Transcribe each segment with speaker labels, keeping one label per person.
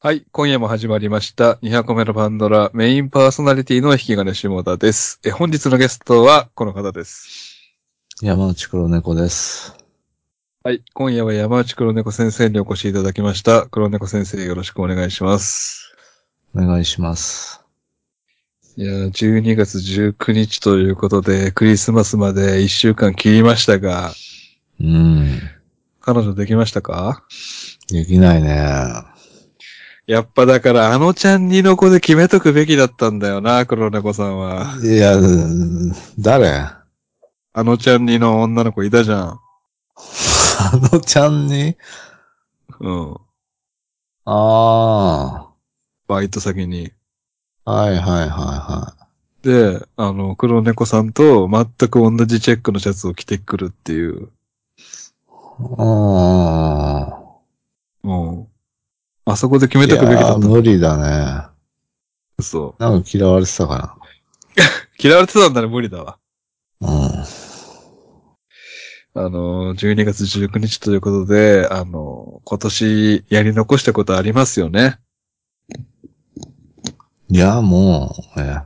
Speaker 1: はい。今夜も始まりました。200個目のパンドラメインパーソナリティの引き金下田です。え、本日のゲストはこの方です。
Speaker 2: 山内黒猫です。
Speaker 1: はい。今夜は山内黒猫先生にお越しいただきました。黒猫先生よろしくお願いします。
Speaker 2: お願いします。
Speaker 1: いやー、12月19日ということで、クリスマスまで1週間切りましたが、
Speaker 2: うん。
Speaker 1: 彼女できましたか
Speaker 2: できないね。
Speaker 1: やっぱだからあのちゃんにの子で決めとくべきだったんだよな、黒猫さんは。
Speaker 2: いや、うん誰 あ
Speaker 1: あのちゃんにの女の子いたじゃん。
Speaker 2: のちゃんに
Speaker 1: うん。
Speaker 2: あ
Speaker 1: バイト先に。
Speaker 2: あ。はいはいはいは
Speaker 1: で、あの、黒猫さんと全く同じチェックのシャツを着てくるっていう。
Speaker 2: い。うん。
Speaker 1: うん。あそこで決めとくべきだっ
Speaker 2: い
Speaker 1: た
Speaker 2: や無理だね。
Speaker 1: そ
Speaker 2: なんか嫌われてたか
Speaker 1: う。嫌われてたんだら無理だわ。
Speaker 2: ら。うん。
Speaker 1: あの、12月19日ということで、あの、今年やり残したことありますよね。
Speaker 2: いや、もう、え。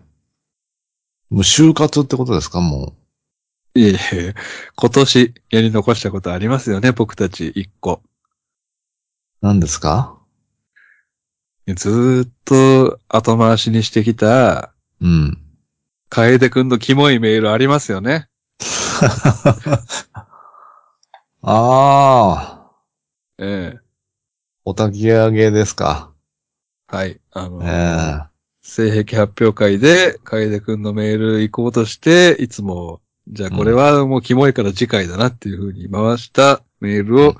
Speaker 2: もう就活ってことですかも
Speaker 1: いえいえ、今年やり残したことありますよね、僕たち一個。
Speaker 2: う。何ですか
Speaker 1: ずーっと後回しにしてきた、
Speaker 2: うん。
Speaker 1: 楓くんのキモいメールありますよね。
Speaker 2: ああ。
Speaker 1: ええ。
Speaker 2: お焚き上げですか。
Speaker 1: はい。あの、
Speaker 2: ええ。
Speaker 1: 性癖発表会で、楓くんのメール行こうとして、いつも、じゃあこれはもうキモいから次回だなっていう風に回したメールを、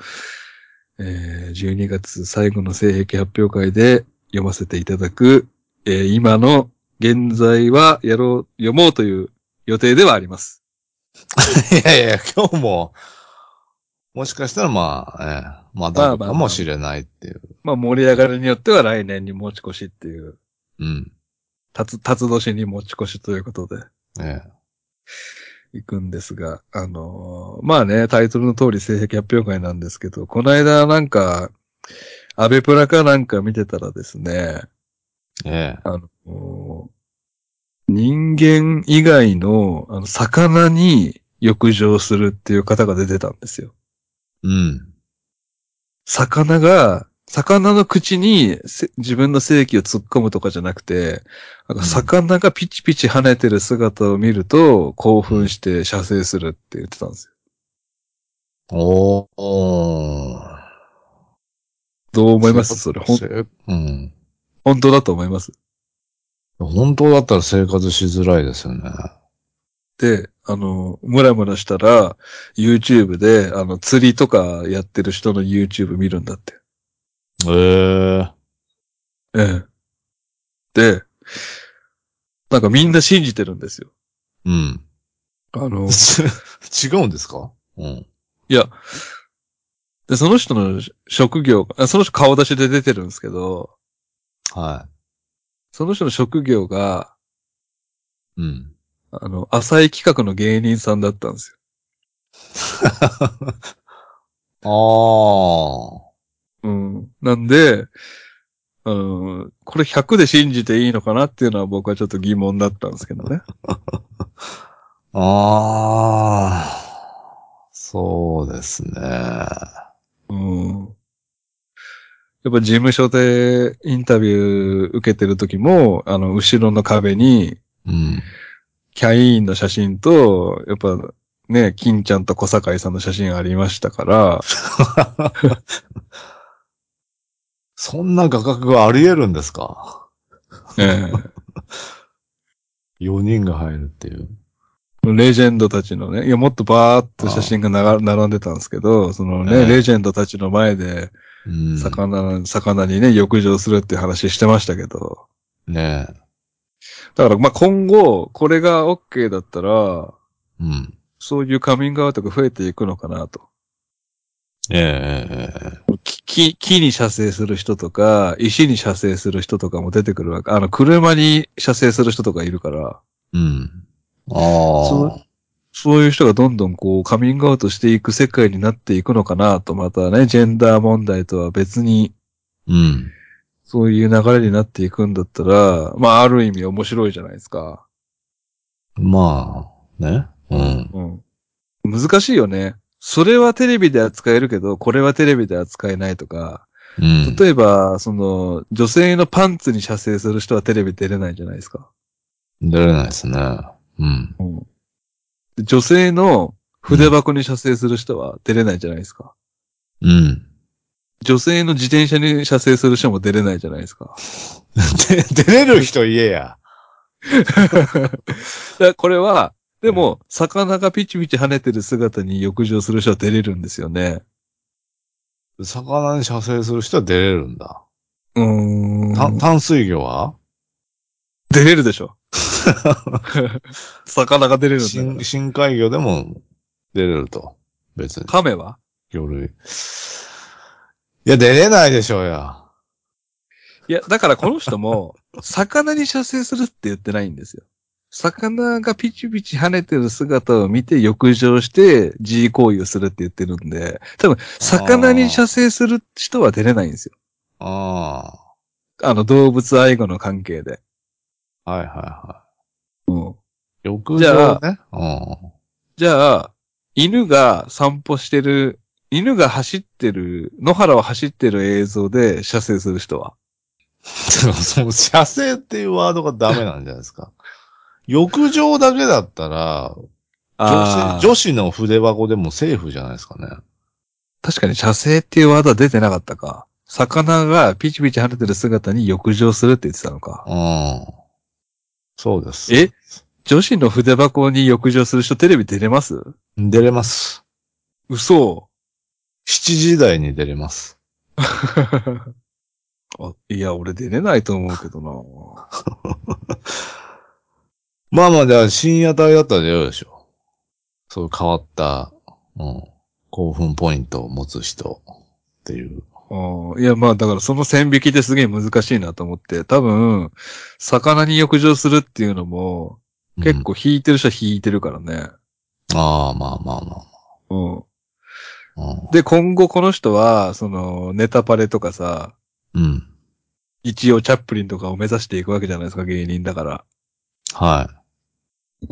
Speaker 1: えー12月最後の性癖発表会で読ませていただく、えー今の現在はやろう、読もうという予定ではあります。
Speaker 2: いやいや、今日も、もしかしたらまあ、ええ、ま
Speaker 1: まあ
Speaker 2: あ、
Speaker 1: まあ
Speaker 2: だかもしれないっていう。
Speaker 1: まあ盛り上がりによっては来年に持ち越しっていう、
Speaker 2: うん。
Speaker 1: たつ、たつ年に持ち越しということで。
Speaker 2: え
Speaker 1: 行くんですが、あのーまあね、タイトルの通り成績発表会なんですけど、この間なんか、アベプラかなんか見てたらですね、
Speaker 2: え、え
Speaker 1: あのー人間以外のあの魚に浴場するっていう方が出てたんですよ。
Speaker 2: え、うん。
Speaker 1: 魚が、魚の口にせ自分の性器を突っ込むとかじゃなくて、なんか魚がピチピチ跳ねてる姿を見ると興奮して射精するって言ってたんですよ。
Speaker 2: おーおー。
Speaker 1: どう思いますそ
Speaker 2: せ
Speaker 1: れ、ほん
Speaker 2: せうん。
Speaker 1: 本当だと思います。
Speaker 2: 本当だったら生活しづらいですよね。
Speaker 1: で、あの、ムラムラしたら、YouTube で、あの、釣りとかやってる人の YouTube 見るんだって。
Speaker 2: ええ
Speaker 1: ええ。で、なんかみんな信じてるんですよ。
Speaker 2: うん。
Speaker 1: あの、
Speaker 2: 違うんですかうん。
Speaker 1: いや、で、その人の職業が、あその人顔出しで出てるんですけど、
Speaker 2: は
Speaker 1: その人の職業が、
Speaker 2: い。うん。
Speaker 1: あの、浅い企画の芸人さんだったんです
Speaker 2: ああ。
Speaker 1: よ。うん。なんで、あの、これ100で信じていいのかなっていうのは僕はちょっと疑問だったんですけどね。
Speaker 2: ああ。そうですね。
Speaker 1: うんやっぱ事務所でインタビュー受けてる時も、あの、後ろの壁に、
Speaker 2: うん。
Speaker 1: キャインの写真と、やっぱね、金ちゃんと小堺さんの写真ありました から、
Speaker 2: そんな画角があり得るんですか
Speaker 1: え
Speaker 2: ?4 人が入るっていう。
Speaker 1: えレジェンドたちのね、いや、もっとバーっと写真がなが並んでたんですけど、そのね、
Speaker 2: ええ
Speaker 1: レジェンドたちの前で、
Speaker 2: うん
Speaker 1: 魚、魚にね、浴場するっていう話してましたけど、
Speaker 2: ねえ。
Speaker 1: だから、まあ、今後、これが OK だったら、
Speaker 2: うん。
Speaker 1: そういうカミングアウトが増えていくのかなと。
Speaker 2: えええええ
Speaker 1: 木木木に射精する人とか、石に射精する人とかも出てくるわけ。あの、車に射精する人とかいるから、
Speaker 2: え。うん。ああ。
Speaker 1: そういう人がどんどんこう、カミングアウトしていく世界になっていくのかなと、またね、ジェンダー問題とは別に、
Speaker 2: うん。
Speaker 1: そういう流れになっていくんだったら、まあ、ある意味面白いじゃないですか。
Speaker 2: まあ、ね。うん。
Speaker 1: うん。難しいよね。それはテレビで扱えるけど、これはテレビで扱えないとか、
Speaker 2: うん。
Speaker 1: 例えば、その、女性のパンツに射精する人はテレビ出れないじゃないですか。
Speaker 2: 出れないですね。うん。
Speaker 1: うん。で女性の筆箱に射精する人は出れないじゃないですか。
Speaker 2: うん。
Speaker 1: 女性の自転車に射精する人も出れないじゃないです か。
Speaker 2: で出れる人言えや。
Speaker 1: だからこれは、でも、魚がピチピチ跳ねてる姿に浴場する人は出れるんですよね。
Speaker 2: 魚に射精する人は出れるんだ。
Speaker 1: うーん。
Speaker 2: た淡水魚は
Speaker 1: 出れるでし ょ。魚が出れるんだから
Speaker 2: 深深海魚でも出れると。別に。
Speaker 1: 亀は
Speaker 2: 魚類。いや、出れないでしょうや。
Speaker 1: いや、だからこの人も、魚に射精するって言ってないんですよ。魚がピチピチ跳ねてる姿を見て浴場して G 行為をするって言ってるんで、多分、魚に射精する人は出れないんですよ。
Speaker 2: あ
Speaker 1: あの、動物愛護の関係で。
Speaker 2: あ。はいはいは
Speaker 1: うん。
Speaker 2: い。浴
Speaker 1: じゃ
Speaker 2: 場ね。うん。
Speaker 1: じゃあ、犬が散歩してる、犬が走ってる、野原を走ってる映像で射精する人は
Speaker 2: でもその、射精っていうワードがダメなんじゃないですか。浴場だけだったら、女
Speaker 1: 女
Speaker 2: 子女子の筆箱でもセーフじゃないですかね。
Speaker 1: 確かに射精っていうワードは出てなかったか。魚がピチピチ跳ねてる姿に浴場するって言ってたのか。
Speaker 2: うん。そうです。
Speaker 1: え女子の筆箱に浴場する人テレビ出れます
Speaker 2: 出れます。
Speaker 1: 嘘。
Speaker 2: 7時台に出れます。
Speaker 1: あいや、俺出れないと思うけどな。
Speaker 2: まあまあ、じゃあ深夜帯だったら出るでしょ。そういう変わった、うん、興奮ポイントを持つ人っていう。
Speaker 1: うんいや、まあだからその線引きですげえ難しいなと思って、多分、魚に浴場するっていうのも、結構引いてる人は引いてるからね。
Speaker 2: うん。ああ、まあまあま
Speaker 1: うん。
Speaker 2: あまあ。
Speaker 1: で、今後この人は、その、ネタパレとかさ、
Speaker 2: うん。うん、
Speaker 1: 一応チャップリンとかを目指していくわけじゃないですか、芸人だから。
Speaker 2: はい。
Speaker 1: 違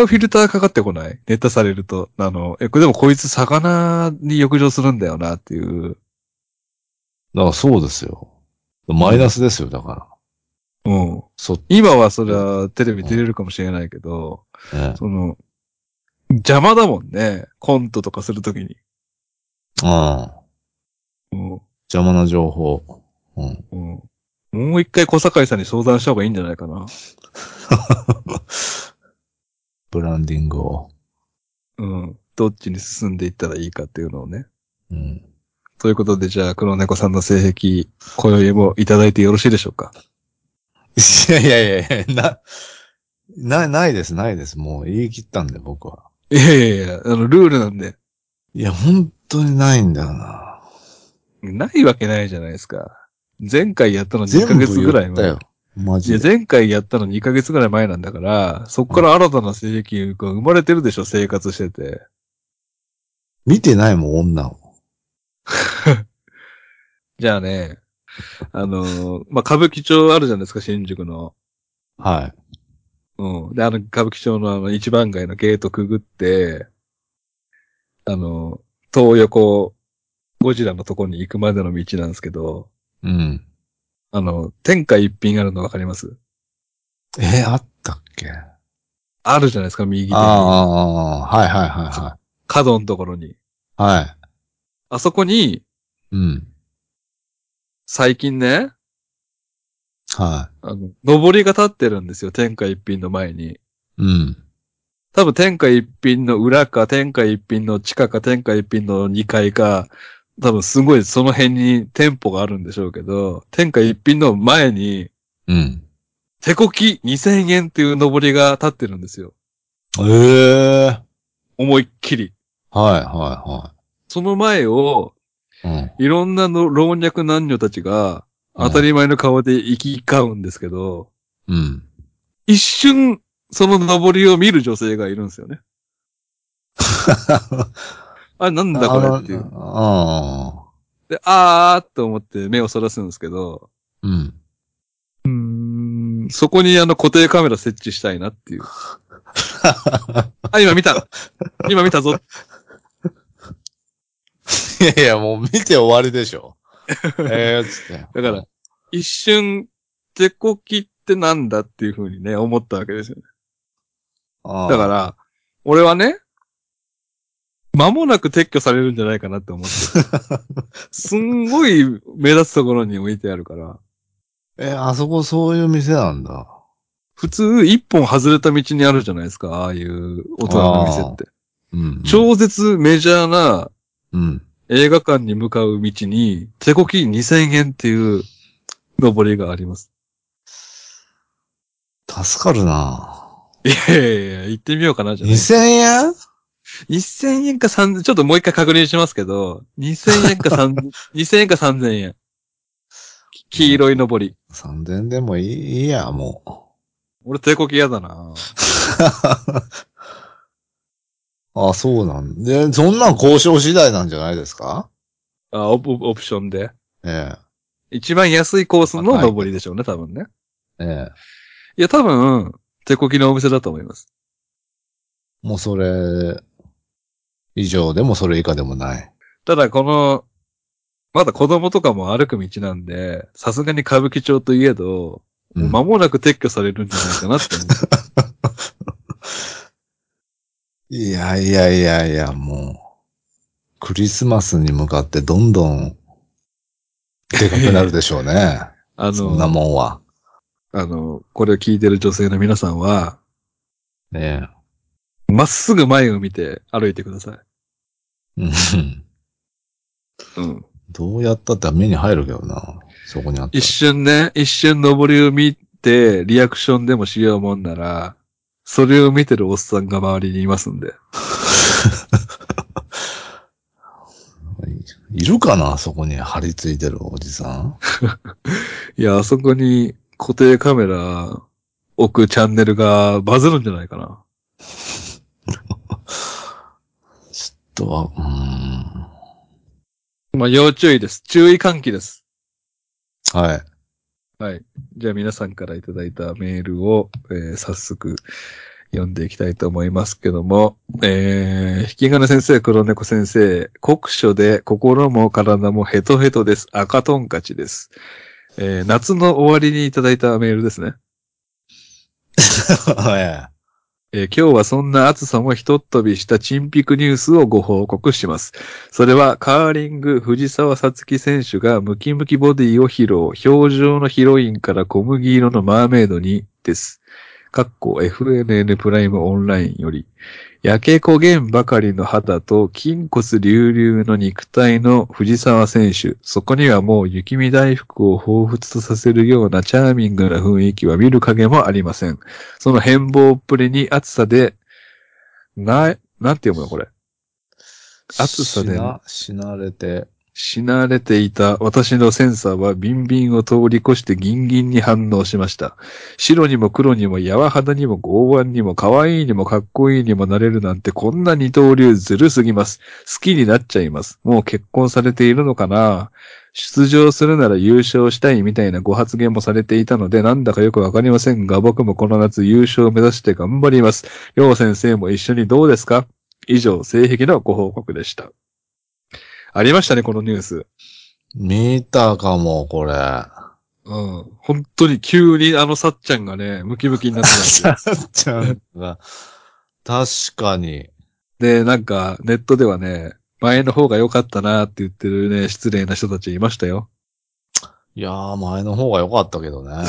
Speaker 1: うフィルターかかってこないネタされると。あの、え、これでもこいつ魚に浴場するんだよなっていう。
Speaker 2: だからそうですよ。マイナスですよ、だから。
Speaker 1: うん。
Speaker 2: そ、ね、
Speaker 1: 今はそれはテレビ出れるかもしれないけど、その、邪魔だもんね。コントとかするときに。
Speaker 2: ああ、
Speaker 1: うん。
Speaker 2: 邪魔な情報。うん。
Speaker 1: うん。もう一回小堺さんに相談した方がいいんじゃないかな。
Speaker 2: ブランディングを。
Speaker 1: うん。どっちに進んでいったらいいかっていうのをね。
Speaker 2: うん。
Speaker 1: ということで、じゃあ、黒猫さんの性癖、今宵もいただいてよろしいでしょうか。
Speaker 2: いやいやいやいや、な、な、ないです、ないです。もう言い切ったんで、僕は。
Speaker 1: いやいやいや、あの、ルールなんで。
Speaker 2: いや、本当にないんだよな。
Speaker 1: ないわけないじゃないですか。前回やったの2
Speaker 2: 全
Speaker 1: ヶ
Speaker 2: ヶ
Speaker 1: 月
Speaker 2: 月
Speaker 1: ぐ
Speaker 2: ぐ
Speaker 1: ら
Speaker 2: ら
Speaker 1: い
Speaker 2: い
Speaker 1: 前。
Speaker 2: だよ。マ
Speaker 1: いや、
Speaker 2: ジで。
Speaker 1: 前回やったの2ヶ月ぐらい前なんだから、そこから新たな性癖が生まれてるでしょ、生活してて。
Speaker 2: 見てないもん、女を。
Speaker 1: じゃあね、あのーまあ、歌舞伎町あるじゃないですか、新宿の。
Speaker 2: はい。
Speaker 1: うん。で、あの、歌舞伎町のあの、一番街のゲートくぐって、あの、東横、ゴジラのとこに行くまでの道なんですけど、
Speaker 2: うん。
Speaker 1: あの、天下一品あるのわかります
Speaker 2: えーあったっけ
Speaker 1: あるじゃないですか、右手
Speaker 2: あ
Speaker 1: に。
Speaker 2: あ、はいはいは
Speaker 1: 角のところに。
Speaker 2: いはい。はい。
Speaker 1: あそこに、
Speaker 2: うん。
Speaker 1: 最近ね、
Speaker 2: は
Speaker 1: あの、上りが立ってるんですよ、天下一品の前に。
Speaker 2: い。うん。
Speaker 1: 多分天下一品の裏か、天下一品の地下か、天下一品の2階か、多分すごいその辺に店舗があるんでしょうけど、天下一品の前に、
Speaker 2: うん。
Speaker 1: 手こき2000円っていう上りが立ってるんですよ。
Speaker 2: ええー。
Speaker 1: 思いっきり。
Speaker 2: はいは
Speaker 1: その前を、
Speaker 2: いはい。うん。
Speaker 1: いろんなの老若男女たちが、当たり前の顔で行き交うんですけど、
Speaker 2: うん。
Speaker 1: 一瞬、その上りを見る女性がいるんですよね。あれなんだこれっていう。
Speaker 2: ああ
Speaker 1: で、あーっと思って目をそらすんですけど、
Speaker 2: うん。
Speaker 1: うーん、そこにあの固定カメラ設置したいなっていう。あ、今見た今見たぞ
Speaker 2: いやいや、もう見て終わりでし ょ。ええつって。だ
Speaker 1: だから、一瞬、手こきってなんだっていうふうにね、思ったわけですよね。
Speaker 2: ら
Speaker 1: だから、俺はね、間もなく撤去されるんじゃないかなって思ってる。すんごい目立つところに置いてあるから、
Speaker 2: え、あそこそういう店なんだ。
Speaker 1: 普通一本外れた道にあるじゃないですか、ああいう大人の店って。
Speaker 2: うん。
Speaker 1: 超絶メジャーな
Speaker 2: うん。
Speaker 1: 映画館に向かう道に、手こき2000円っていう登りがあります。
Speaker 2: 助かるない
Speaker 1: やいやいや、行ってみようかな、じゃない
Speaker 2: 2000円
Speaker 1: 1000円か3000、ちょっともう一回確認しますけど、2000円か3000、2000円か3000円。き黄色いのぼり。
Speaker 2: ?3000 円でもいいいいや、も
Speaker 1: 俺、手こき嫌だ な
Speaker 2: う。 あ、そうなんで、そんなん交渉次第なんじゃないですか
Speaker 1: あオプ、オプションで。
Speaker 2: え
Speaker 1: 一番安いコースののぼりでしょうね、多分ね。
Speaker 2: え、ええ。
Speaker 1: いや、多分、手こきのお店だと思います。
Speaker 2: もうそれ、以上でもそれ以下でもない。
Speaker 1: ただ、この、まだ子供とかも歩く道なんで、さすがに歌舞伎町といえど、
Speaker 2: うん
Speaker 1: 間もなく撤去されるんじゃないかなって思う。
Speaker 2: いやいやいやいや、もう、クリスマスに向かってどんどん、でかくなるでしょうね。
Speaker 1: あ
Speaker 2: そんな
Speaker 1: の、
Speaker 2: もんは。
Speaker 1: あの、これを聞いてる女性の皆さんは、
Speaker 2: ね
Speaker 1: まっすぐ前を見て歩いてください。
Speaker 2: え。う
Speaker 1: う
Speaker 2: ん
Speaker 1: ん。
Speaker 2: どうやったって目に入るけどな。そこにあったら。
Speaker 1: 一瞬ね、一瞬登りを見て、リアクションでもしようもんなら、それを見てるおっさんが周りにいますんで。
Speaker 2: いるかなそこに張り付いてるおじさん。
Speaker 1: いや、あそこに固定カメラ置くチャンネルがバズるんじゃないかな。
Speaker 2: ちょっとは、うー
Speaker 1: まあ、要注意です。注意喚起です。
Speaker 2: ん。はい。
Speaker 1: はい。じゃあ皆さんからいただいたメールを、えー早速読んでいきたいと思いますけども、えー、引き金先生、黒猫先生、酷暑で心も体もヘトヘトです。赤トンカチです。えー、夏の終わりにいただいたメールですね。
Speaker 2: え
Speaker 1: えー今日はそんな暑さもひとっ飛びしたチンピクニュースをご報告します。それはカーリング藤沢さつき選手がムキムキボディを披露、表情のヒロインから小麦色のマーメイドにです。かっこ FNN プライムオンラインより、焼け焦げんばかりの肌と筋骨隆々の肉体の藤沢選手。そこにはもう雪見大福を彷彿とさせるようなチャーミングな雰囲気は見る影もありません。その変貌っぷりに暑さで、な、なんて読むのこれ。
Speaker 2: え。
Speaker 1: 暑さで
Speaker 2: しな、しなれて。
Speaker 1: 死なれていた私のセンサーはビンビンを通り越してギンギンに反応しました。白にも黒にも柔肌にも剛腕にも可愛いにもかっこいいにもなれるなんてこんな二刀流ずるすぎます。好きになっちゃいます。もう結婚されているのかな出場するなら優勝したいみたいなご発言もされていたのでなんだかよくわかりませんが僕もこの夏優勝を目指して頑張ります。りょう先生も一緒にどうですか以上、性癖のご報告でした。ありましたね、このニュース。
Speaker 2: 見たかも、これ。
Speaker 1: うん。本当に急にあのさっちゃんがね、ムキムキになってたんですよ。
Speaker 2: ちゃんが。確かに。
Speaker 1: で、なんか、ネットではね、前の方が良かったなって言ってるね、失礼な人たちいましたよ。
Speaker 2: いやー、前の方が良かったけどね。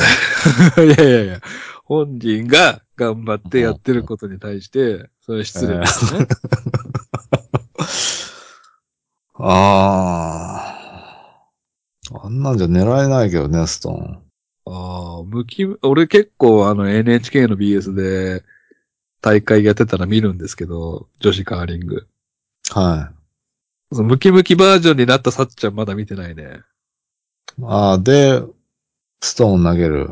Speaker 1: いやいやいや、本人が頑張ってやってることに対して、それ失礼ですね。
Speaker 2: あー。あんなんじゃ狙えないけどね、ストーン。
Speaker 1: ああ、ムキム、俺結構あの NHK の BS で大会やってたら見るんですけど、女子カーリング。
Speaker 2: はい。
Speaker 1: そのムキムキバージョンになったさっちゃんまだ見てないね。
Speaker 2: あー、で、ストーン投げる、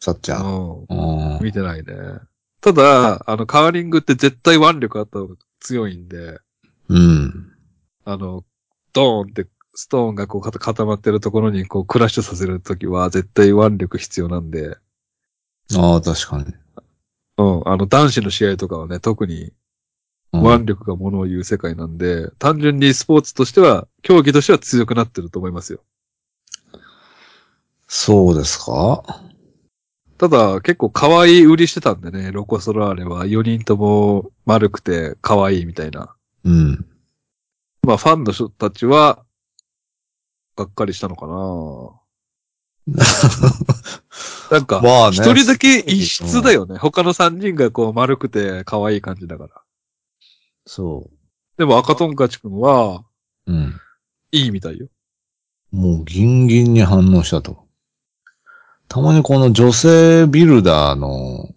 Speaker 2: さっちゃん。
Speaker 1: うん。
Speaker 2: うん。
Speaker 1: 見てないね。ただ、あの、カーリングって絶対腕力あった方が強いんで、
Speaker 2: うん。
Speaker 1: あの、ドーンってストーンがこう固固まってるところにこうクラッシュさせるときは絶対腕力必要なんで、
Speaker 2: ああ、確かに。
Speaker 1: うん、あの男子の試合とかはね、特に
Speaker 2: うん
Speaker 1: 腕力がものを言う世界なんで、単純にスポーツとしては、競技としては強くなってると思いますよ。
Speaker 2: そうですか
Speaker 1: ただ、結構可愛い売りしてたんでね、ロコソラーレは4人とも丸くて可愛いみたいな。
Speaker 2: うん。
Speaker 1: まあ、ファンの人たちは、がっかりしたのかなな んか、
Speaker 2: まあね
Speaker 1: 一人だけ異質だよね。他の3人がこう丸くて可愛い感じだから。
Speaker 2: そ
Speaker 1: でも赤トンカチ君は、
Speaker 2: う。うん。
Speaker 1: いいみたいよ。
Speaker 2: もうギンギンに反応したと。たまにこの女性ビルダーの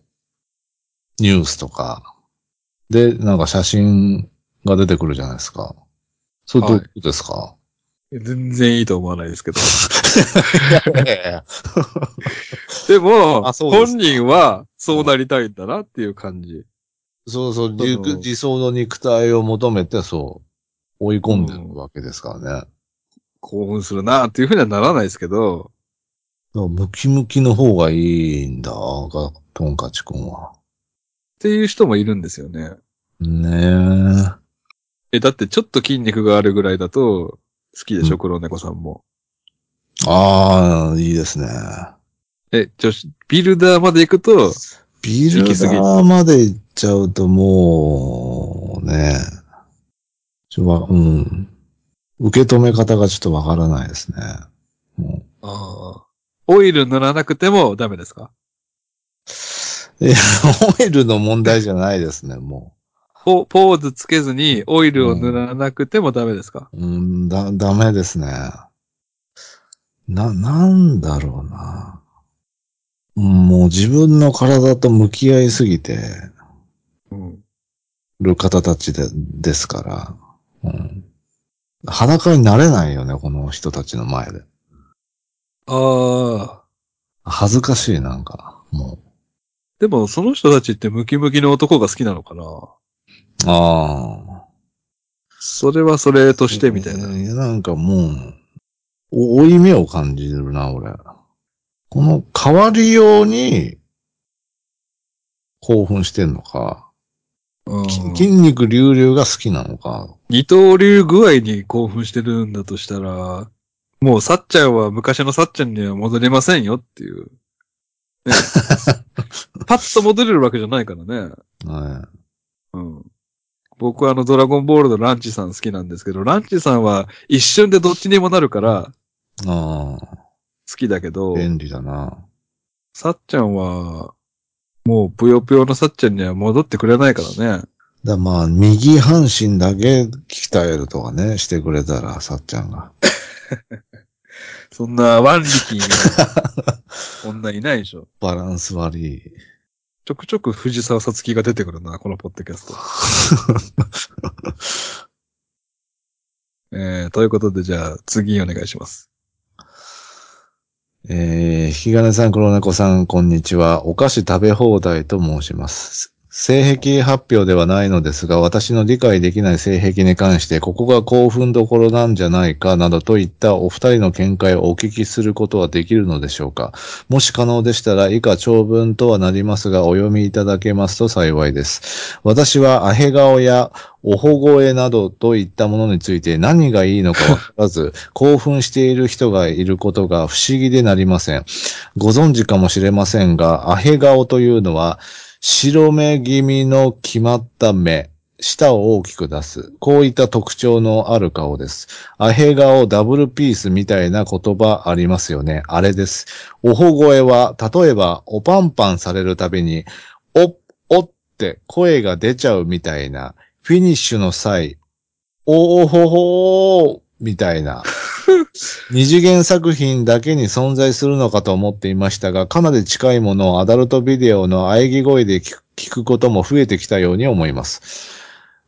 Speaker 2: ニュースとかで、なんか写真が出てくるじゃないですか。それどうですか、
Speaker 1: 全然いいと思わないですけど。
Speaker 2: え
Speaker 1: でも、
Speaker 2: あそうですか
Speaker 1: 本人はそうなりたいんだなっていう感じ。
Speaker 2: そうそう、
Speaker 1: その
Speaker 2: 理理想の肉体を求めて、そう、追い込んでるわけですからね。だか
Speaker 1: 興奮するなっていうふうにはならないですけど、
Speaker 2: らムキムキの方がいいんだ、が、トンカチ君は。
Speaker 1: っていう人もいるんですよね。
Speaker 2: ね
Speaker 1: え、だってちょっと筋肉があるぐらいだと、好きでしょ、
Speaker 2: うん
Speaker 1: 黒猫さんも。
Speaker 2: え。ああ、いいですね。
Speaker 1: え、女子、ビルダーまで行くと、
Speaker 2: ビルダーまで行っちゃうともう、ねちょ、わ、うん。受け止め方がちょっとわからないですね。も
Speaker 1: オイル塗らなくてもダメですか
Speaker 2: ういや、 オイルの問題じゃないですね、もう。
Speaker 1: ポポーズつけずにオイルを塗らなくてもダメですか、
Speaker 2: うん、だ、ダメですね。な、なんだろうな。うんもう自分の体と向き合いすぎて
Speaker 1: うん、
Speaker 2: る方たちで、ですから。うん。裸になれないよね、この人たちの前で。
Speaker 1: ああ。
Speaker 2: 恥ずかしい、なんか。も
Speaker 1: でも、その人たちってムキムキの男が好きなのかな
Speaker 2: う。ああ。
Speaker 1: それはそれとしてみたいな。
Speaker 2: や、なんかもう、お、追い目を感じるな、俺。この変わりように、興奮してんのか。
Speaker 1: うん
Speaker 2: き筋肉隆々が好きなのか。
Speaker 1: 二刀流具合に興奮してるんだとしたら、もうさっちゃんは昔のさっちゃんには戻れませんよっていう。 ねパッと戻れるわけじゃないからね。
Speaker 2: は
Speaker 1: うん。僕はあのドラゴンボールのランチさん好きなんですけど、ランチさんは一瞬でどっちにもなるから
Speaker 2: い。ああ、
Speaker 1: 好きだけど、
Speaker 2: 便利だな。
Speaker 1: さっちゃんは、もうぷよぷよのさっちゃんには戻ってくれないからね。
Speaker 2: だまあ、右半身だけ鍛えるとかね、してくれたら、さっちゃんが。
Speaker 1: そんな腕力の女いないでし ょ。
Speaker 2: バランス悪い。
Speaker 1: ちょくちょく藤沢さつきが出てくるな、このポッドキャスト。えー、ということで、じゃあ、次お願いします。
Speaker 2: えー、引き金さん、黒猫さん、こんにちは。お菓子食べ放題と申します。性癖発表ではないのですが、私の理解できない性癖に関して、ここが興奮どころなんじゃないかなどといったお二人の見解をお聞きすることはできるのでしょうかもし可能でしたら、以下長文とはなりますが、お読みいただけますと幸いです。私は、アヘ顔や、おほ声などといったものについて何がいいのかわからず、 興奮している人がいることが不思議でなりません。ご存知かもしれませんが、アヘ顔というのは、白目気味の決まった目、舌を大きく出す。こういった特徴のある顔です。アヘ顔ダブルピースみたいな言葉ありますよね。あれです。おほ声は、例えば、おパンパンされるたびに、おっ、おって声が出ちゃうみたいな、フィニッシュの際、おおほほーみたいな、 二次元作品だけに存在するのかと思っていましたが、かなり近いものをアダルトビデオの喘ぎ声で聞く聞くことも増えてきたように思います。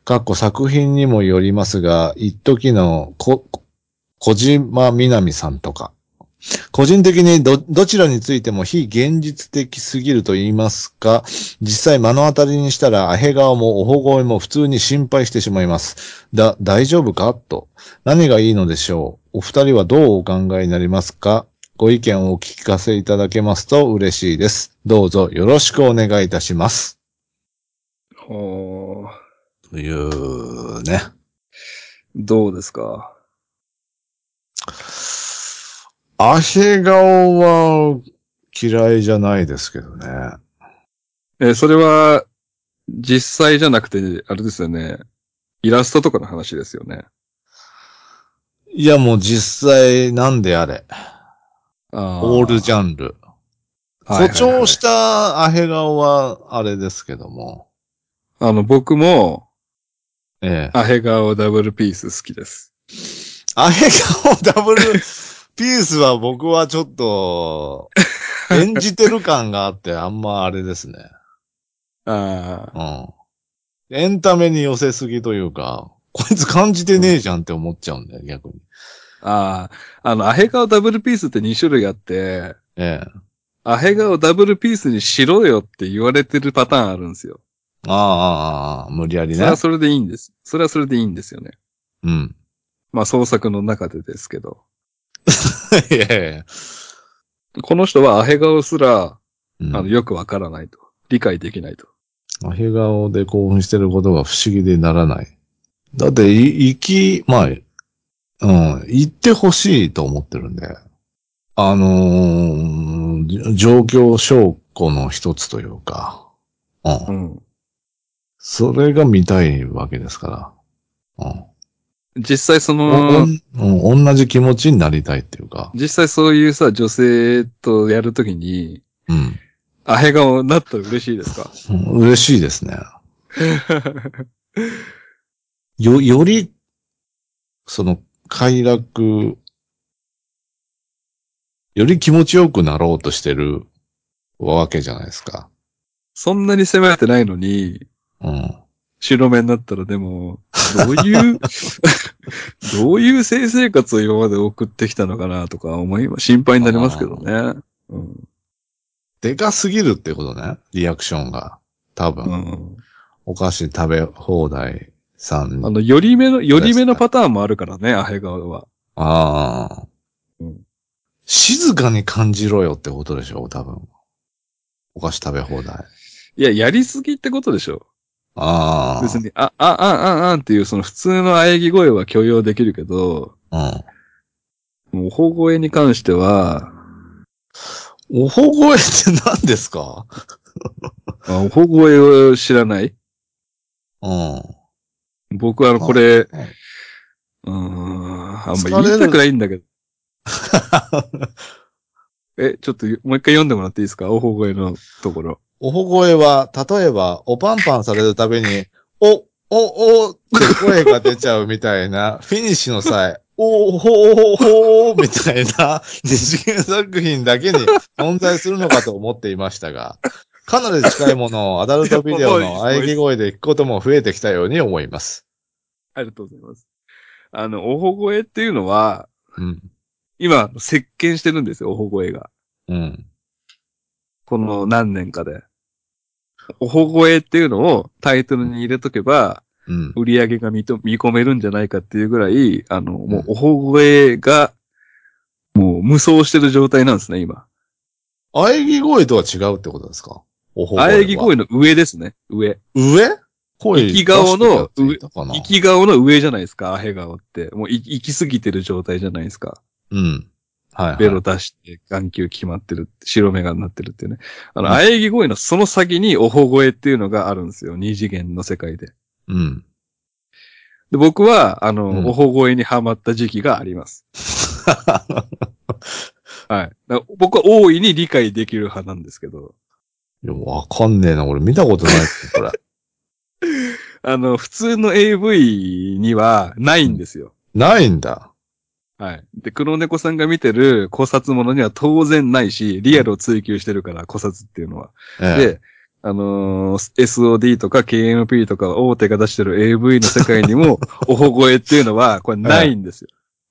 Speaker 2: かっこ作品にもよりますが、一時のこ、小島みなみさんとか、個人的にど、どちらについても非現実的すぎると言いますか、実際目の当たりにしたら、アヘ顔もオホ声も普通に心配してしまいます。だ、大丈夫かと。何がいいのでしょうお二人はどうお考えになりますかご意見をお聞かせいただけますと嬉しいです。どうぞよろしくお願いいたします。
Speaker 1: ほー
Speaker 2: というね。
Speaker 1: どうですか
Speaker 2: アヘ顔は嫌いじゃないですけどね。
Speaker 1: えーそれは、実際じゃなくて、あれですよね。イラストとかの話ですよね。
Speaker 2: いやもう実際なんであれ。
Speaker 1: あ
Speaker 2: オールジ
Speaker 1: ゃ
Speaker 2: ャンル。
Speaker 1: はいはい
Speaker 2: 誇
Speaker 1: はい
Speaker 2: 張したアヘ顔はあれですけども。
Speaker 1: あの、僕も、
Speaker 2: ええ。
Speaker 1: アヘ顔ダブルピース好きです。
Speaker 2: アヘ顔ダブルピースは僕はちょっと、演じてる感があってあんまあれですね。
Speaker 1: ああ。
Speaker 2: うん。エンタメに寄せすぎというか、こいつ感じてねえじゃんって思っちゃうんだよ、逆に。
Speaker 1: ああ。あの、アヘ顔ダブルピースって2種類あって、
Speaker 2: ええ。
Speaker 1: アヘ顔ダブルピースにしろよって言われてるパターンあるんですよ。
Speaker 2: ああああああ、無理やり
Speaker 1: そ
Speaker 2: ね
Speaker 1: れは。それでいいんです。それはそれでいいんですよね。
Speaker 2: うん。
Speaker 1: まあ創作の中でですけど。
Speaker 2: いやいやいや
Speaker 1: この人はアヘ顔すら、
Speaker 2: う
Speaker 1: あの、
Speaker 2: ん
Speaker 1: よくわからないと。理解できないと。
Speaker 2: アヘ顔で興奮してることが不思議でならない。だって、い、行き、まあ、うん、行ってほしいと思ってるんで。あのーじ状況証拠の一つというか、うん
Speaker 1: う。ん。
Speaker 2: それが見たいわけですから。うん。
Speaker 1: 実際そ
Speaker 2: おお
Speaker 1: の、
Speaker 2: んうん、同じ気持ちになりたいっていうか。
Speaker 1: 実際そういうさ、女性とやるときに、
Speaker 2: うん。
Speaker 1: アヘ顔になったら嬉しいですか
Speaker 2: うん嬉しいですね。よ、より、その、快楽、より気持ちよくなろうとしてるわけじゃないですか。
Speaker 1: そんなに攻められてないのに、
Speaker 2: うん。
Speaker 1: 白目になったらでも、どういう、どういう性生活を今まで送ってきたのかなとか思い、心配になりますけどね。うん。
Speaker 2: でかすぎるってことね。リアクションが。多分、
Speaker 1: うん。
Speaker 2: お菓子食べ放題さん
Speaker 1: あ。の、より目の、より目のパターンもあるからね、アヘ顔は。
Speaker 2: ああ、
Speaker 1: うん
Speaker 2: 静かに感じろよってことでしょ、多分。お菓子食べ放題。
Speaker 1: いや、やりすぎってことでしょ。
Speaker 2: ああ。
Speaker 1: 別に、あ、あ、あ、あ、あんっていう、その普通の喘ぎ声は許容できるけど、
Speaker 2: うん。
Speaker 1: もう、方声に関しては、
Speaker 2: おほ声って何ですか
Speaker 1: あ方声を知らない
Speaker 2: うん。
Speaker 1: 僕はあの、これ、
Speaker 2: うん
Speaker 1: うーん、あんま言いたくないんだけど。え、ちょっともう一回読んでもらっていいですかおほ声のところ。
Speaker 2: おほ声は、例えば、おパンパンされるたびに、お、お、おって声が出ちゃうみたいな、 フィニッシュの際、お、ほ、お、ほ、お、みたいな、二次元作品だけに 存在するのかと思っていましたが、かなり近いものをアダルトビ デオの喘ぎ声で聞くことも増えてきたように思います。
Speaker 1: ありがとうございます。あの、おほ声っていうのは、
Speaker 2: うん。
Speaker 1: 今、席巻してるんですよ、おほ声が。
Speaker 2: うん。
Speaker 1: この何年かで。おほ声っていうのをタイトルに入れとけば、
Speaker 2: うん。
Speaker 1: 売り上げが見と見込めるんじゃないかっていうぐらい、あの、もう
Speaker 2: うん
Speaker 1: おほ声が、もう無双してる状態なんですね、今。
Speaker 2: 喘ぎ声とは違うってことですかおほ声は。
Speaker 1: 喘ぎ声の上ですね、上。
Speaker 2: 上声
Speaker 1: 生き顔の
Speaker 2: 出してたやついたかな
Speaker 1: 生き顔の上じゃないですか、アヘ顔って。もうい生きすぎてる状態じゃないですか。
Speaker 2: うん。はい、はい。
Speaker 1: ベロ出して、眼球決まってる、白目がになってるっていうね。あの、
Speaker 2: うん
Speaker 1: 喘ぎ声のその先におほ声っていうのがあるんですよ。二次元の世界で。
Speaker 2: うん。
Speaker 1: で、僕は、あの、
Speaker 2: うん
Speaker 1: おほ声にハマった時期があります。はい。だから僕は大いに理解できる派なんですけど、
Speaker 2: いや、わかんねえな。俺見たことないっす これ。
Speaker 1: あの、普通の AV にはないんですよ。
Speaker 2: ないんだ。
Speaker 1: はい。で、黒猫さんが見てる考察ものには当然ないし、リアルを追求してるから、考察っていうのは。
Speaker 2: ええ、
Speaker 1: で、あのー SOD とか KMP とか大手が出してる AV の世界にも、 おほ声っていうのは、これないんですよ。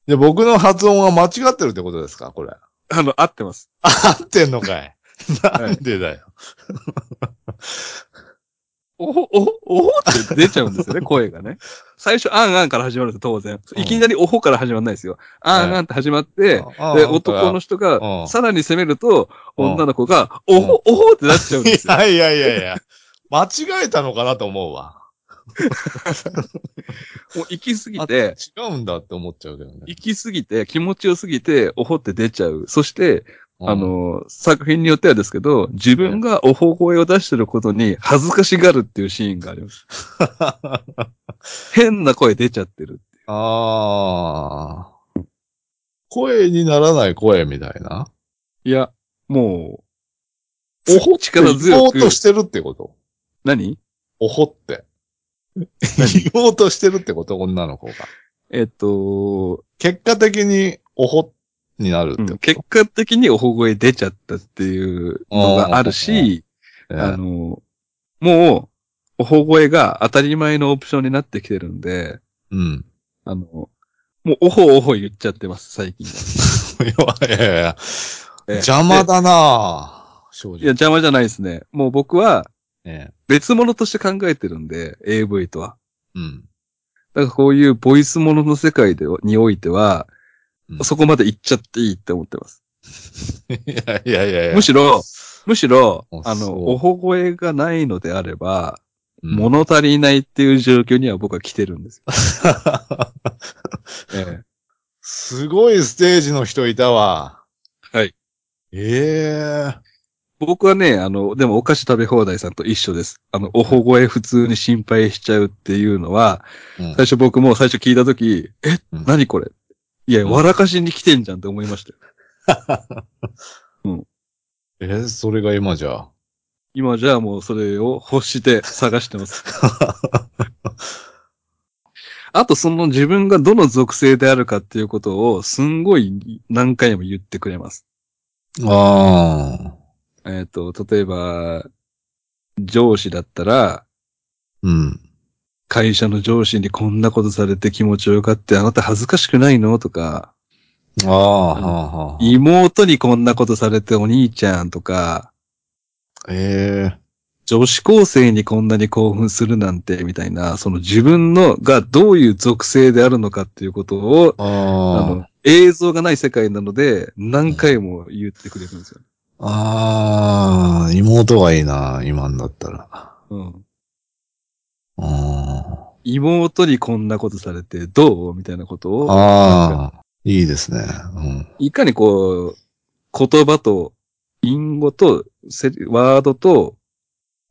Speaker 2: で僕の発音が間違ってるってことですかこれ。
Speaker 1: あの、合ってます。
Speaker 2: 合ってんのかい。 なんでだよ。
Speaker 1: おほ、おほ、おほって出ちゃうん ですよね、声がね。最初、あんあんから始まるんですよ、当然。
Speaker 2: うん
Speaker 1: いきなりおほから始まんないですよ。あんあんって始まって、で、男の人
Speaker 2: 人。うん
Speaker 1: が、さらに攻めると、
Speaker 2: うん
Speaker 1: 女の子が、おほ、おほってなっちゃうんです
Speaker 2: い
Speaker 1: よ。
Speaker 2: やいやいやいや。間違えたのかなと思うわ。
Speaker 1: もう行き過ぎ
Speaker 2: あ
Speaker 1: て、
Speaker 2: 違うんだって思っちゃうけどね。
Speaker 1: 行き過ぎて、気持ちよすぎて、おほって出ちゃう。そして、
Speaker 2: うん
Speaker 1: あ、の、作品によってはですけど、自分がおほ声を出してることに恥ずかしがるっていうシーンがあります。変な声出ちゃってる。
Speaker 2: ああ。声にならない声みたいな。
Speaker 1: いや、もう、おほ力
Speaker 2: 言お
Speaker 1: 強
Speaker 2: う
Speaker 1: く、
Speaker 2: としてるってこと
Speaker 1: 何
Speaker 2: おほ って。言おうとしてるってこと女の子が。
Speaker 1: えっと、
Speaker 2: 結果的におほになるってこと、
Speaker 1: 結果的におほ声出ちゃったっていうのがあるし、
Speaker 2: え
Speaker 1: あの、もう、おほ声が当たり前のオプションになってきてるんで、
Speaker 2: うん。
Speaker 1: あの、もう、おほおほ言っちゃってます、最近は。
Speaker 2: いやいやいや。
Speaker 1: ええ
Speaker 2: 邪魔だなぁ正
Speaker 1: いや、
Speaker 2: 直。
Speaker 1: 邪魔じゃないですね。もう僕は
Speaker 2: ええ
Speaker 1: 別物として考えてるんで、AV とは。
Speaker 2: うん。
Speaker 1: だからこういうボイスものの世界でにおいては、
Speaker 2: うん
Speaker 1: そこまで行っちゃっていいって思ってます。
Speaker 2: いやいやいやいや。
Speaker 1: むしろ、むしろ
Speaker 2: あ、
Speaker 1: あ
Speaker 2: そう
Speaker 1: の、おほ声がないのであれば、
Speaker 2: うん
Speaker 1: 物足りないっていう状況には僕は来てるんです よ。
Speaker 2: すごいステージの人いたわ。
Speaker 1: はい。
Speaker 2: ええ
Speaker 1: 僕はね、あの、でもお菓子食べ放題さんと一緒です。あの、おほ声普通に心配しちゃうっていうのは、
Speaker 2: うん
Speaker 1: 最初僕も最初聞いたとき、え、
Speaker 2: うん
Speaker 1: 何これいや、
Speaker 2: うん
Speaker 1: 笑かしに来てんじゃんって思いましたよ。
Speaker 2: えーそれが今じ ゃ。
Speaker 1: 今じゃあもうそれを欲して探してます。あとその自分がどの属性であるかっていうことをすんごい何回も言ってくれます。
Speaker 2: ああ。
Speaker 1: えっ、と、例えば、上司だったら、
Speaker 2: うん。
Speaker 1: 会社の上司にこんなことされて気持ちよかって、あなた恥ずかしくないのとか、
Speaker 2: ああ、はあ、はあ。
Speaker 1: 妹にこんなことされてお兄ちゃんとか、
Speaker 2: ええ
Speaker 1: 女子高生にこんなに興奮するなんて、みたいな、その自分のがどういう属性であるのかっていうことを、あ
Speaker 2: あ
Speaker 1: の、映像がない世界なので、何回も言ってくれるんですよ。
Speaker 2: あ。ああ、妹がいいな、今んだったら。あ
Speaker 1: うん。
Speaker 2: あ。
Speaker 1: 妹にこんなことされてどうみたいなことを、
Speaker 2: ああ、いいですね。うん。
Speaker 1: いかにこう、言葉と、因語と、せワードと、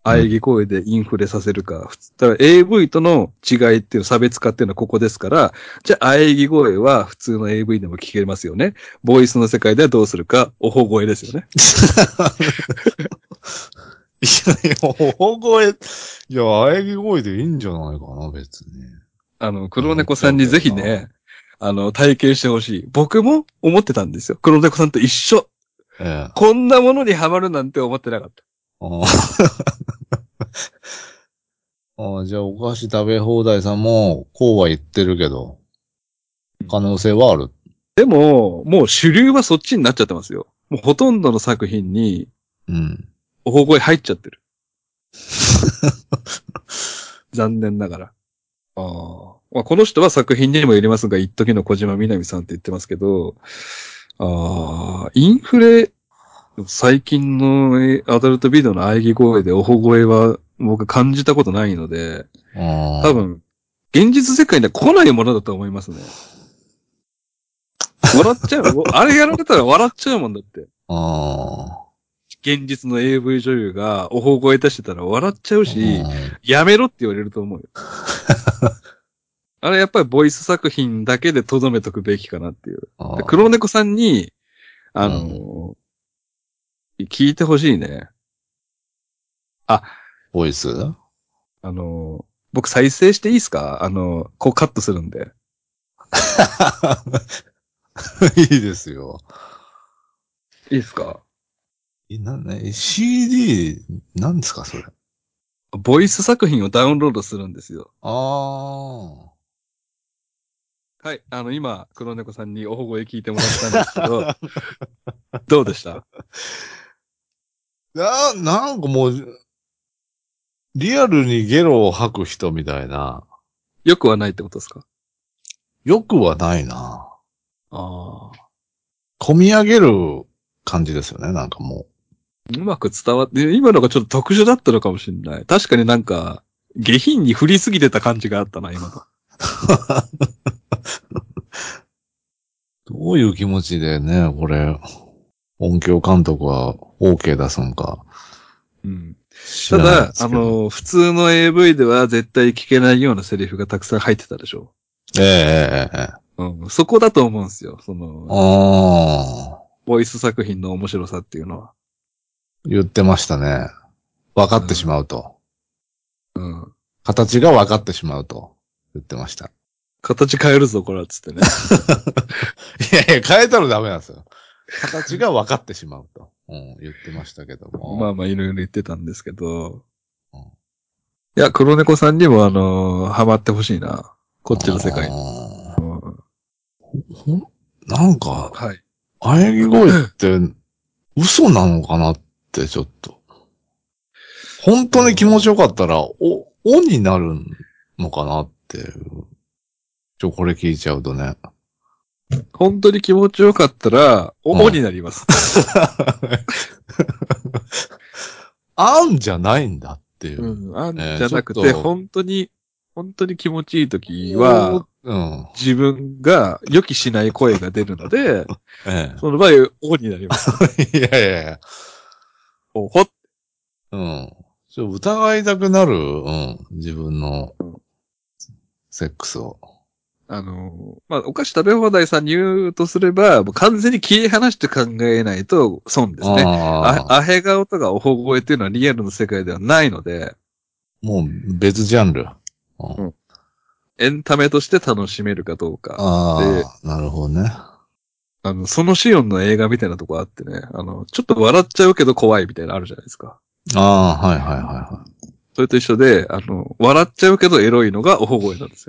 Speaker 1: 喘ぎ声でインフレさせるか。普通だから AV との違いっていう差別化っていうのはここですから、じゃあ喘ぎ声は普通の AV でも聞けますよね。ボイスの世界ではどうするか、おほ声ですよね。
Speaker 2: いやいや、大声、いや、あえぎ声でいいんじゃないかな、別に。
Speaker 1: あの、黒猫さんにぜひね、あの、体験してほしい。僕も思ってたんですよ。黒猫さんと一緒。
Speaker 2: ええ。
Speaker 1: こんなものにハマるなんて思ってなかった。
Speaker 2: あああ、じゃあお菓子食べ放題さんも、こうは言ってるけど、可能性はある。
Speaker 1: でも、もう主流はそっちになっちゃってますよ。もうほとんどの作品に、
Speaker 2: うん。
Speaker 1: おほ声入っちゃってる。残念ながら。ああ。まあ、この人は作品にもよりますが、一時の小島みなみさんって言ってますけど、ああ、インフレ、最近のえアダルトビデオの喘ぎ声でおほ声は僕感じたことないので、
Speaker 2: ああ
Speaker 1: 多分、現実世界には来ないものだと思いますね。笑っちゃう。あれやられたら笑っちゃうもんだって。
Speaker 2: あ
Speaker 1: 現実の AV 女優がおほ声出してたら笑っちゃう
Speaker 2: あ。
Speaker 1: し、やめろって言われると思うよ。あれやっぱりボイス作品だけで留めとくべきかなっていう。
Speaker 2: あ
Speaker 1: で
Speaker 2: あ
Speaker 1: 黒猫さんに、あのー聞いてほしいね。
Speaker 2: ボイスは
Speaker 1: あのー僕再生していいですかあのーこうカットするんで。
Speaker 2: いいですよ。
Speaker 1: いいですか
Speaker 2: え、な、な、CD、なんですか、それ。
Speaker 1: ボイス作品をダウンロードするんですよ。
Speaker 2: ああ。
Speaker 1: はい。あの、今、黒猫さんにおほ声聞いてもらったんですけど、 どうでした
Speaker 2: な、なんかもう、リアルにゲロを吐く人みたいな。
Speaker 1: よくはないってことですか
Speaker 2: よくはないな。
Speaker 1: ああ。
Speaker 2: 込み上げる感じですよね、なんかも
Speaker 1: うまく伝わって、今のがちょっと特殊だったのかもしれない。確かになんか、下品に振りすぎてた感じがあったな、今の。
Speaker 2: う。どういう気持ちでね、これ、音響監督は OK 出すんか。
Speaker 1: うん。
Speaker 2: 知
Speaker 1: た
Speaker 2: らない
Speaker 1: だ
Speaker 2: で、す
Speaker 1: あ
Speaker 2: けど、
Speaker 1: の、普通の AV では絶対聞けないようなセリフがたくさん入ってたでしょ。
Speaker 2: ええええええ。
Speaker 1: うん。そこだと思うんですよ。その、
Speaker 2: ああ、
Speaker 1: ボイス作品の面白さっていうのは。
Speaker 2: 言ってましたね。分かってしまうと。
Speaker 1: うん。
Speaker 2: 形が分かってしまうと。言ってました。
Speaker 1: 形変えるぞ、これは、つってね。
Speaker 2: いやいや、変えたらダメなんですよ。形が分かってしまうと。うん、言ってましたけども。
Speaker 1: まあまあ、いろいろ言ってたんですけど
Speaker 2: うん。
Speaker 1: いや、黒猫さんにも、あのハマってほしいな。こっちの世界に。
Speaker 2: あ
Speaker 1: うん
Speaker 2: ーほんなんか、
Speaker 1: はい。
Speaker 2: 喘ぎ声って嘘なのかなってちょっと。本当に気持ちよかったら、お、おになるのかなっていう。ちょ、これ聞いちゃうとね。
Speaker 1: 本当に気持ちよかったら、お、
Speaker 2: うん
Speaker 1: おになります。
Speaker 2: あんじゃないんだっていうう。
Speaker 1: ん。あんじ
Speaker 2: えー
Speaker 1: ゃなく
Speaker 2: ちょ
Speaker 1: て、
Speaker 2: っと
Speaker 1: 本当に、本当に気持ちいい時は、、
Speaker 2: うん。
Speaker 1: 自分が予期しない声が出るの で、
Speaker 2: え
Speaker 1: その場合、おになります。
Speaker 2: え。いやいやいや。
Speaker 1: おほっ
Speaker 2: うん。ちょ、疑いたくなる、うん。自分の、セックスを。
Speaker 1: あの、まあ、お菓子食べ放題さんに言うとすれば、もう完全に切り離して考えないと損ですね。あ
Speaker 2: ああ
Speaker 1: アヘ顔とかおほ声っていうのはリアルの世界ではないので、
Speaker 2: もう別ジャンル。うん
Speaker 1: うんエンタメとして楽しめるかどうか。
Speaker 2: ああ、なるほどね。
Speaker 1: あの、そのシオンの映画みたいなとこあってね、あの、ちょっと笑っちゃうけど怖いみたいなのあるじゃないですか。
Speaker 2: ああ、はいはいはいは
Speaker 1: それと一緒で、あの、笑っちゃうけどエロいのがおほ声なんです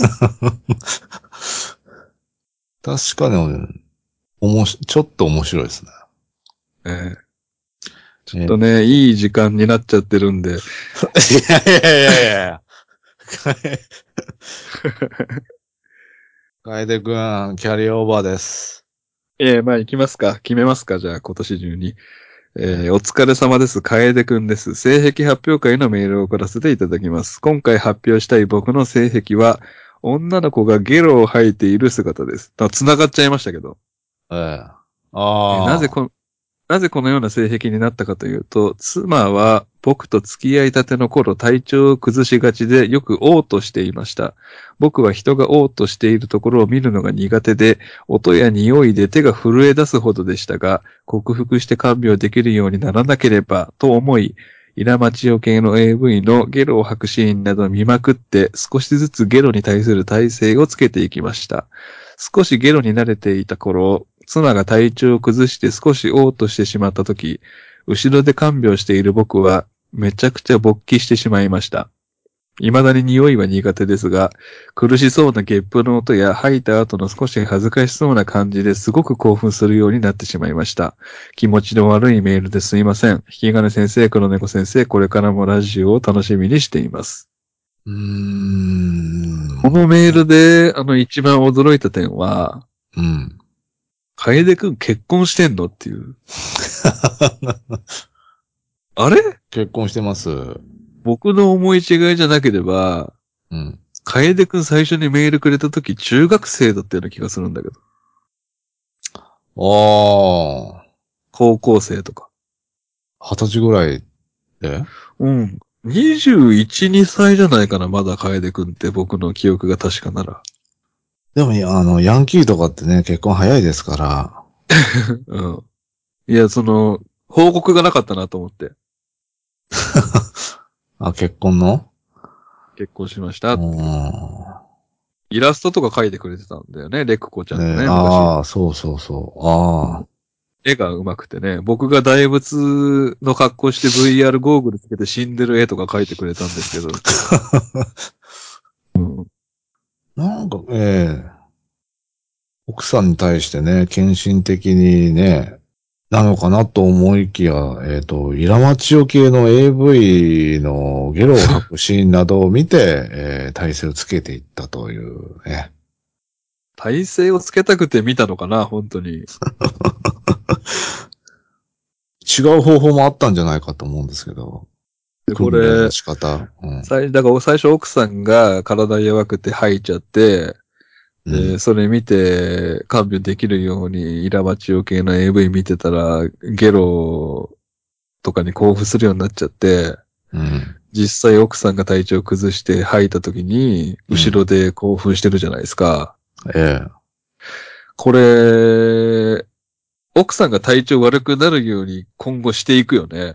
Speaker 1: よ。
Speaker 2: い。確かに、おもし、ちょっと面白いですね。
Speaker 1: ええ
Speaker 2: ちょ
Speaker 1: とね、いい時間になっちゃってるんで、
Speaker 2: いやいやいやいやいや。カエデくん、キャリーオーバーです。
Speaker 1: ええまあ行きますか。決めますか。じゃあ今年中に。えーお疲れ様です。楓くんです。性癖発表会のメールを送らせていただきます。今回発表したい僕の性癖は、女の子がゲロを吐いている姿です。あ繋がっちゃいましたけど。
Speaker 2: ええ。あ
Speaker 1: え
Speaker 2: あ。
Speaker 1: なぜこの、なぜこのような性癖になったかというと、妻は僕と付き合いたての頃体調を崩しがちでよく嘔吐していました。僕は人が嘔吐しているところを見るのが苦手で、音や匂いで手が震え出すほどでしたが、克服して看病できるようにならなければと思い、イラマチオ系の AV のゲロを吐くシーンなどを見まくって少しずつゲロに対する体制をつけていきました。少しゲロに慣れていた頃、妻が体調を崩して少し嘔吐してしまった時、後ろで看病している僕は、めちゃくちゃ勃起してしまいました。未だに匂いは苦手ですが、苦しそうなゲップの音や吐いた後の少し恥ずかしそうな感じですごく興奮するようになってしまいました。気持ちの悪いメールですいません。引き金先生、黒猫先生、これからもラジオを楽しみにしています。
Speaker 2: うーん。
Speaker 1: このメールで、あの一番驚いた点は、
Speaker 2: うん。
Speaker 1: 楓くん結婚してんのっていう。あれ
Speaker 2: 結婚してます。う
Speaker 1: 僕の思い違いじゃなければ、
Speaker 2: ん。
Speaker 1: 楓くん最初にメールくれた時中学生だったような気がするんだけど。
Speaker 2: ああ。
Speaker 1: 高校生とか。
Speaker 2: 二十歳ぐらいで
Speaker 1: うん。21、2歳じゃないかな、まだ楓くんって僕の記憶が確かなら。
Speaker 2: でも、あの、ヤンキーとかってね、結婚早いですから。
Speaker 1: うん。いや、その、報告がなかったなと思って、
Speaker 2: あ、結婚の
Speaker 1: 結婚しまし
Speaker 2: う
Speaker 1: た。
Speaker 2: ん。
Speaker 1: イラストとか書いてくれてたんだよね、レックコちゃんのね。
Speaker 2: ね、
Speaker 1: 昔
Speaker 2: ああ、そうそうそう。あ
Speaker 1: 絵が上手くてね、僕が大仏の格好して VR ゴーグルつけて死んでる絵とか書いてくれたんですけど。うん、
Speaker 2: あ。なんか、ええ奥さんに対してね、献身的にね、なのかなと思いきや、えっ、と、イラマチオ系の AV のゲロを吐くシーンなどを見て、 えー体勢をつけていったというね。
Speaker 1: 体勢をつけたくて見たのかな、本当に。
Speaker 2: 違う方法もあったんじゃないかと思うんですけど。
Speaker 1: でこ
Speaker 2: 訓練
Speaker 1: れ
Speaker 2: の、仕方。うん
Speaker 1: 最だから最初奥さんが体弱くて吐いちゃって、
Speaker 2: うん
Speaker 1: で、それ見て、看病できるように、イラバチオ系の AV 見てたら、ゲロとかに興奮するようになっちゃって、
Speaker 2: うん。
Speaker 1: 実際奥さんが体調崩して吐いた時に、
Speaker 2: うん
Speaker 1: 後ろで興奮してるじゃないですか。
Speaker 2: ええ。
Speaker 1: これ、奥さんが体調悪くなるように今後していくよね。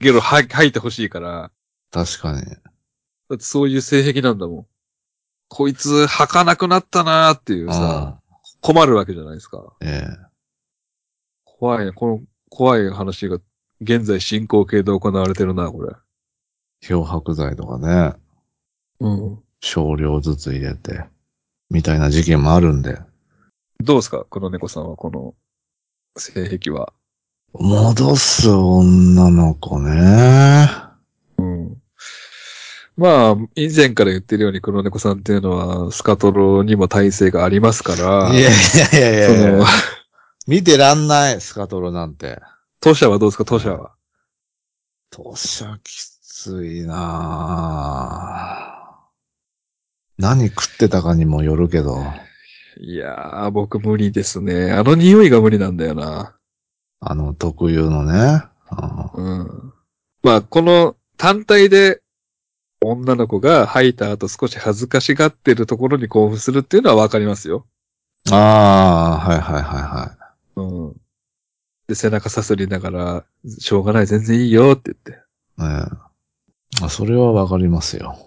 Speaker 1: ゲロ吐吐いてほしいから。
Speaker 2: 確かに。
Speaker 1: だってそういう性癖なんだもん。こいつ吐かなくなったなーっていうさ、
Speaker 2: あ
Speaker 1: 困るわけじゃないですか。
Speaker 2: あええ。
Speaker 1: 怖いね。この怖い話が現在進行形で行われてるな、これ。
Speaker 2: 漂白剤とかね、
Speaker 1: うん。
Speaker 2: 少量ずつ入れて、みたいな事件もあるんで。
Speaker 1: どうですか黒猫さんはこの性癖は。
Speaker 2: 戻す女の子ね。
Speaker 1: うん。まあ、以前から言ってるように黒猫さんっていうのはスカトロにも体性がありますから、
Speaker 2: いやいやいやいや
Speaker 1: そ
Speaker 2: い
Speaker 1: の
Speaker 2: や。見てらんない、スカトロなんて。
Speaker 1: 当社はどうですか当社は。
Speaker 2: 当社きついなぁ何食ってたかにもよるけど、
Speaker 1: いやー、僕無理ですね。あの匂いが無理なんだよな。
Speaker 2: あの特有のね。うん
Speaker 1: うんまあ、この単体で女の子が吐いた後少し恥ずかしがってるところに興奮するっていうのはわかりますよ。
Speaker 2: ああ、はいはいはいはい。
Speaker 1: うん。で、背中さすりながら、しょうがない、全然いいよって言って。
Speaker 2: ねえあそれはわかりますよ。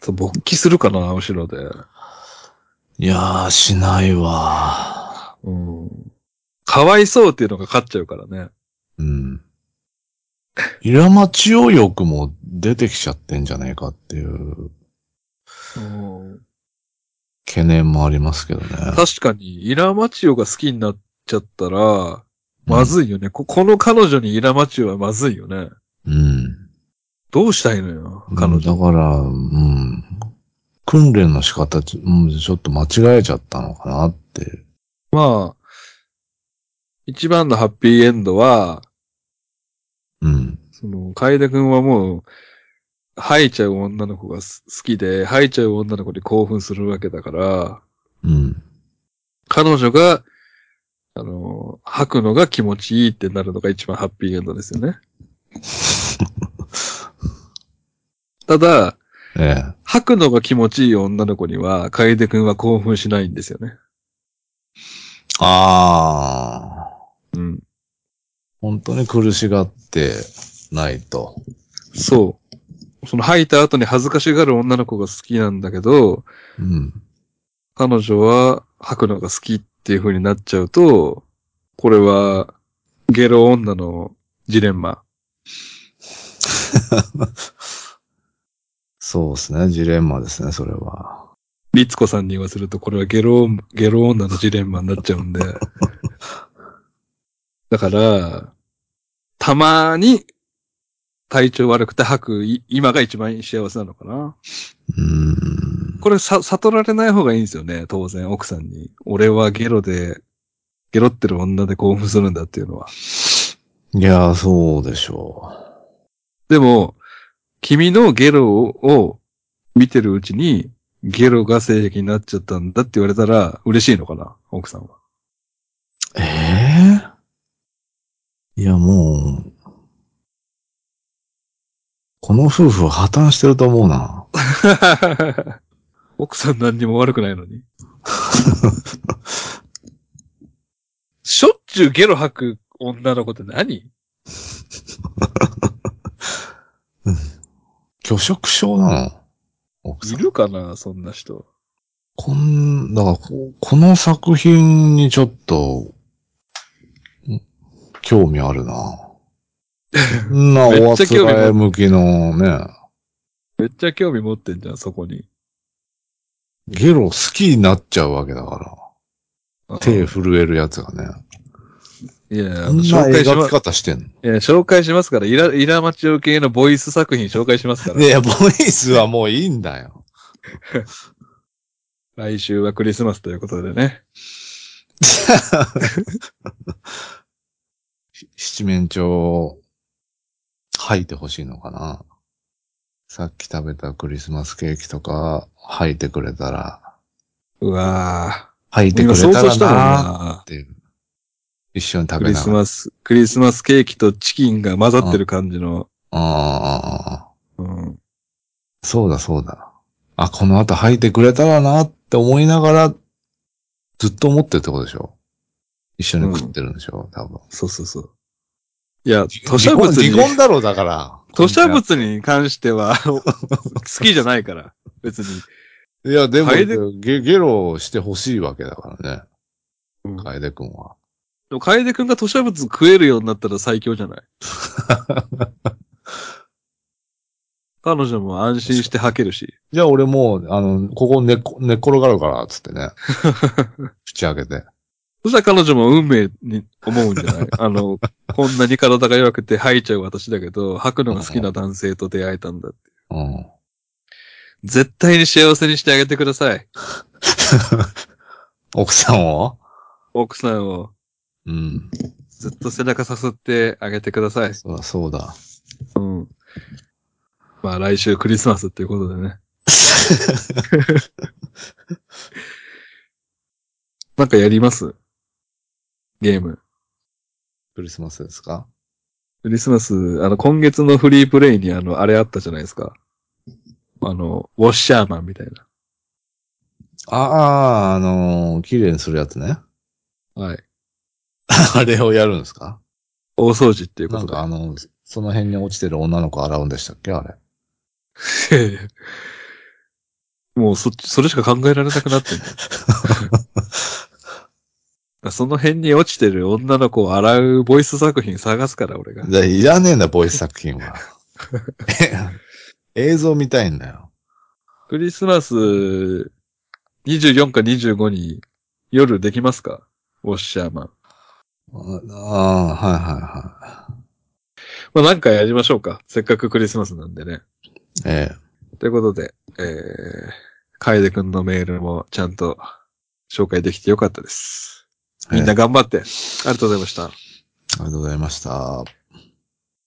Speaker 1: そう、勃起するかな、後ろで。
Speaker 2: いやー、しないわ。
Speaker 1: うん。かわいそうっていうのが勝っちゃうからね。
Speaker 2: うん。イラマチオ欲も出てきちゃってんじゃねえかっていう
Speaker 1: うん。
Speaker 2: 懸念もありますけどね。
Speaker 1: 確かに、イラマチオが好きになっちゃったら、まずいよね。ここの彼女にイラマチオはまずいよね。
Speaker 2: うん。
Speaker 1: どうしたいのよ、彼
Speaker 2: うん
Speaker 1: 女。
Speaker 2: だから、うん。訓練の仕方ち、うん、ちょっと間違えちゃったのかなって。
Speaker 1: まあ、一番のハッピーエンドは、
Speaker 2: うん。
Speaker 1: その、楓くんはもう、吐いちゃう女の子がす好きで、吐いちゃう女の子に興奮するわけだから、
Speaker 2: うん。
Speaker 1: 彼女が、あの、吐くのが気持ちいいってなるのが一番ハッピーエンドですよね。 ただ、
Speaker 2: ええ。
Speaker 1: 吐くのが気持ちいい女の子には、楓くんは興奮しないんですよね。
Speaker 2: ああ。
Speaker 1: うん。
Speaker 2: 本当に苦しがってないと。
Speaker 1: そう。その吐いた後に恥ずかしがる女の子が好きなんだけど、
Speaker 2: うん。
Speaker 1: 彼女は吐くのが好きっていう風になっちゃうと、これはゲロ女のジレンマ。
Speaker 2: そうですね。ジレンマですね、それは。
Speaker 1: リツコさんに言わせるとこれはゲロ、ゲロ女のジレンマになっちゃうんで。 だから、たまに体調悪くて吐くい今が一番幸せなのかな。
Speaker 2: うーん。
Speaker 1: これさ、悟られない方がいいんですよね、当然、奥さんに。俺はゲロで、ゲロってる女で興奮するんだっていうのは。
Speaker 2: いやー、そうでしょ
Speaker 1: でも、君のゲロを見てるうちに、ゲロが性癖になっちゃったんだって言われたら嬉しいのかな奥さん は。
Speaker 2: う。ええいや、もう、この夫婦破綻してると思うな。
Speaker 1: 奥さん何にも悪くないのに。 しょっちゅうゲロ吐く女の子って何
Speaker 2: 拒食症なの奥
Speaker 1: い
Speaker 2: さん。
Speaker 1: るかなそんな人。
Speaker 2: こん、だからこ、この作品にちょっと、ん興味ある な。こんなおあつらえ向きのね、
Speaker 1: めっちゃ興味持ってんじゃん、そこに。
Speaker 2: ゲロ好きになっちゃうわけだか
Speaker 1: あ
Speaker 2: ら。手震えるやつがね。
Speaker 1: いやいや、
Speaker 2: こ
Speaker 1: あ
Speaker 2: ん
Speaker 1: の
Speaker 2: な
Speaker 1: 紹介し
Speaker 2: 描
Speaker 1: ま
Speaker 2: き方してん
Speaker 1: いや紹介しますから、イラ、イラマチオ系のボイス作品紹介しますか
Speaker 2: の。
Speaker 1: ら。
Speaker 2: いや、ボイスはもういいんだよ。
Speaker 1: 来週はクリスマスということでね。
Speaker 2: 七面鳥を吐いてほしいのかな。さっき食べたクリスマスケーキとか吐いてくれたら、
Speaker 1: うわ
Speaker 2: 吐い
Speaker 1: ぁ。
Speaker 2: て
Speaker 1: 今
Speaker 2: くれ
Speaker 1: 想
Speaker 2: た
Speaker 1: 像
Speaker 2: ら
Speaker 1: したもん
Speaker 2: なーっ
Speaker 1: な。
Speaker 2: ていう。一緒に食
Speaker 1: ク
Speaker 2: べ
Speaker 1: リ
Speaker 2: な
Speaker 1: ス
Speaker 2: がら。
Speaker 1: マス、クリスマスケーキとチキンが混ざってる感じの。
Speaker 2: あ
Speaker 1: う
Speaker 2: あ。
Speaker 1: ん。
Speaker 2: そうだそうだ。あ、この後吐いてくれたらなって思いながら、ずっと思ってるってことでしょ一緒に食ってるんでしょ、多分。
Speaker 1: そうそうそう。いや、吐砂物
Speaker 2: 離婚離
Speaker 1: に、
Speaker 2: 婚だろうだから。
Speaker 1: 吐砂物に関して は、あの好きじゃないから。別に。
Speaker 2: いや、でも
Speaker 1: 楓
Speaker 2: ゲ、ゲロしてほしいわけだからね。
Speaker 1: うん
Speaker 2: カエデ君は。
Speaker 1: でも、楓くんが吐砂物食えるようになったら最強じゃない彼女も安心して吐けるし。
Speaker 2: じゃあ俺もう、あの、ここ寝っこ寝っ転がるから、つってね。口開けて。
Speaker 1: そしたら彼女も運命に思うんじゃないあの、こんなに体が弱くて吐いちゃう私だけど、吐くのが好きな男性と出会えたんだって。
Speaker 2: うん。
Speaker 1: 絶対に幸せにしてあげてください。
Speaker 2: 奥さんを
Speaker 1: 奥さんを
Speaker 2: うん。
Speaker 1: ずっと背中さすってあげてください。
Speaker 2: そうだ、そうだ。
Speaker 1: うん。まあ来週クリスマスっていうことでね。なんかやりますゲーム。
Speaker 2: クリスマスですか
Speaker 1: クリスマス、あの、今月のフリープレイにあの、あれあったじゃないですか。あの、ウォッシャーマンみたいな。
Speaker 2: ああ、あのー綺麗にするやつね。
Speaker 1: はい。
Speaker 2: あれをやるんですか
Speaker 1: 大掃除っていうこ
Speaker 2: なん
Speaker 1: とで
Speaker 2: かあの、その辺に落ちてる女の子洗うんでしたっけあれ。
Speaker 1: いやいやもうそっち、それしか考えられなくなってんのその辺に落ちてる女の子を洗うボイス作品探すから、俺が。
Speaker 2: だいらねえんだ、ボイス作品は。映像見たいんだよ。
Speaker 1: クリスマス24か25に夜できますかウォッシャーマン。
Speaker 2: ああー、はいはいはい。
Speaker 1: まあなんかやりましょうか。せっかくクリスマスなんでね。
Speaker 2: ええ
Speaker 1: ということで、えー、カエデくんのメールもちゃんと紹介できてよかったです。みん
Speaker 2: ええあ
Speaker 1: な頑張って。ありがとうございました。
Speaker 2: りがとうございました。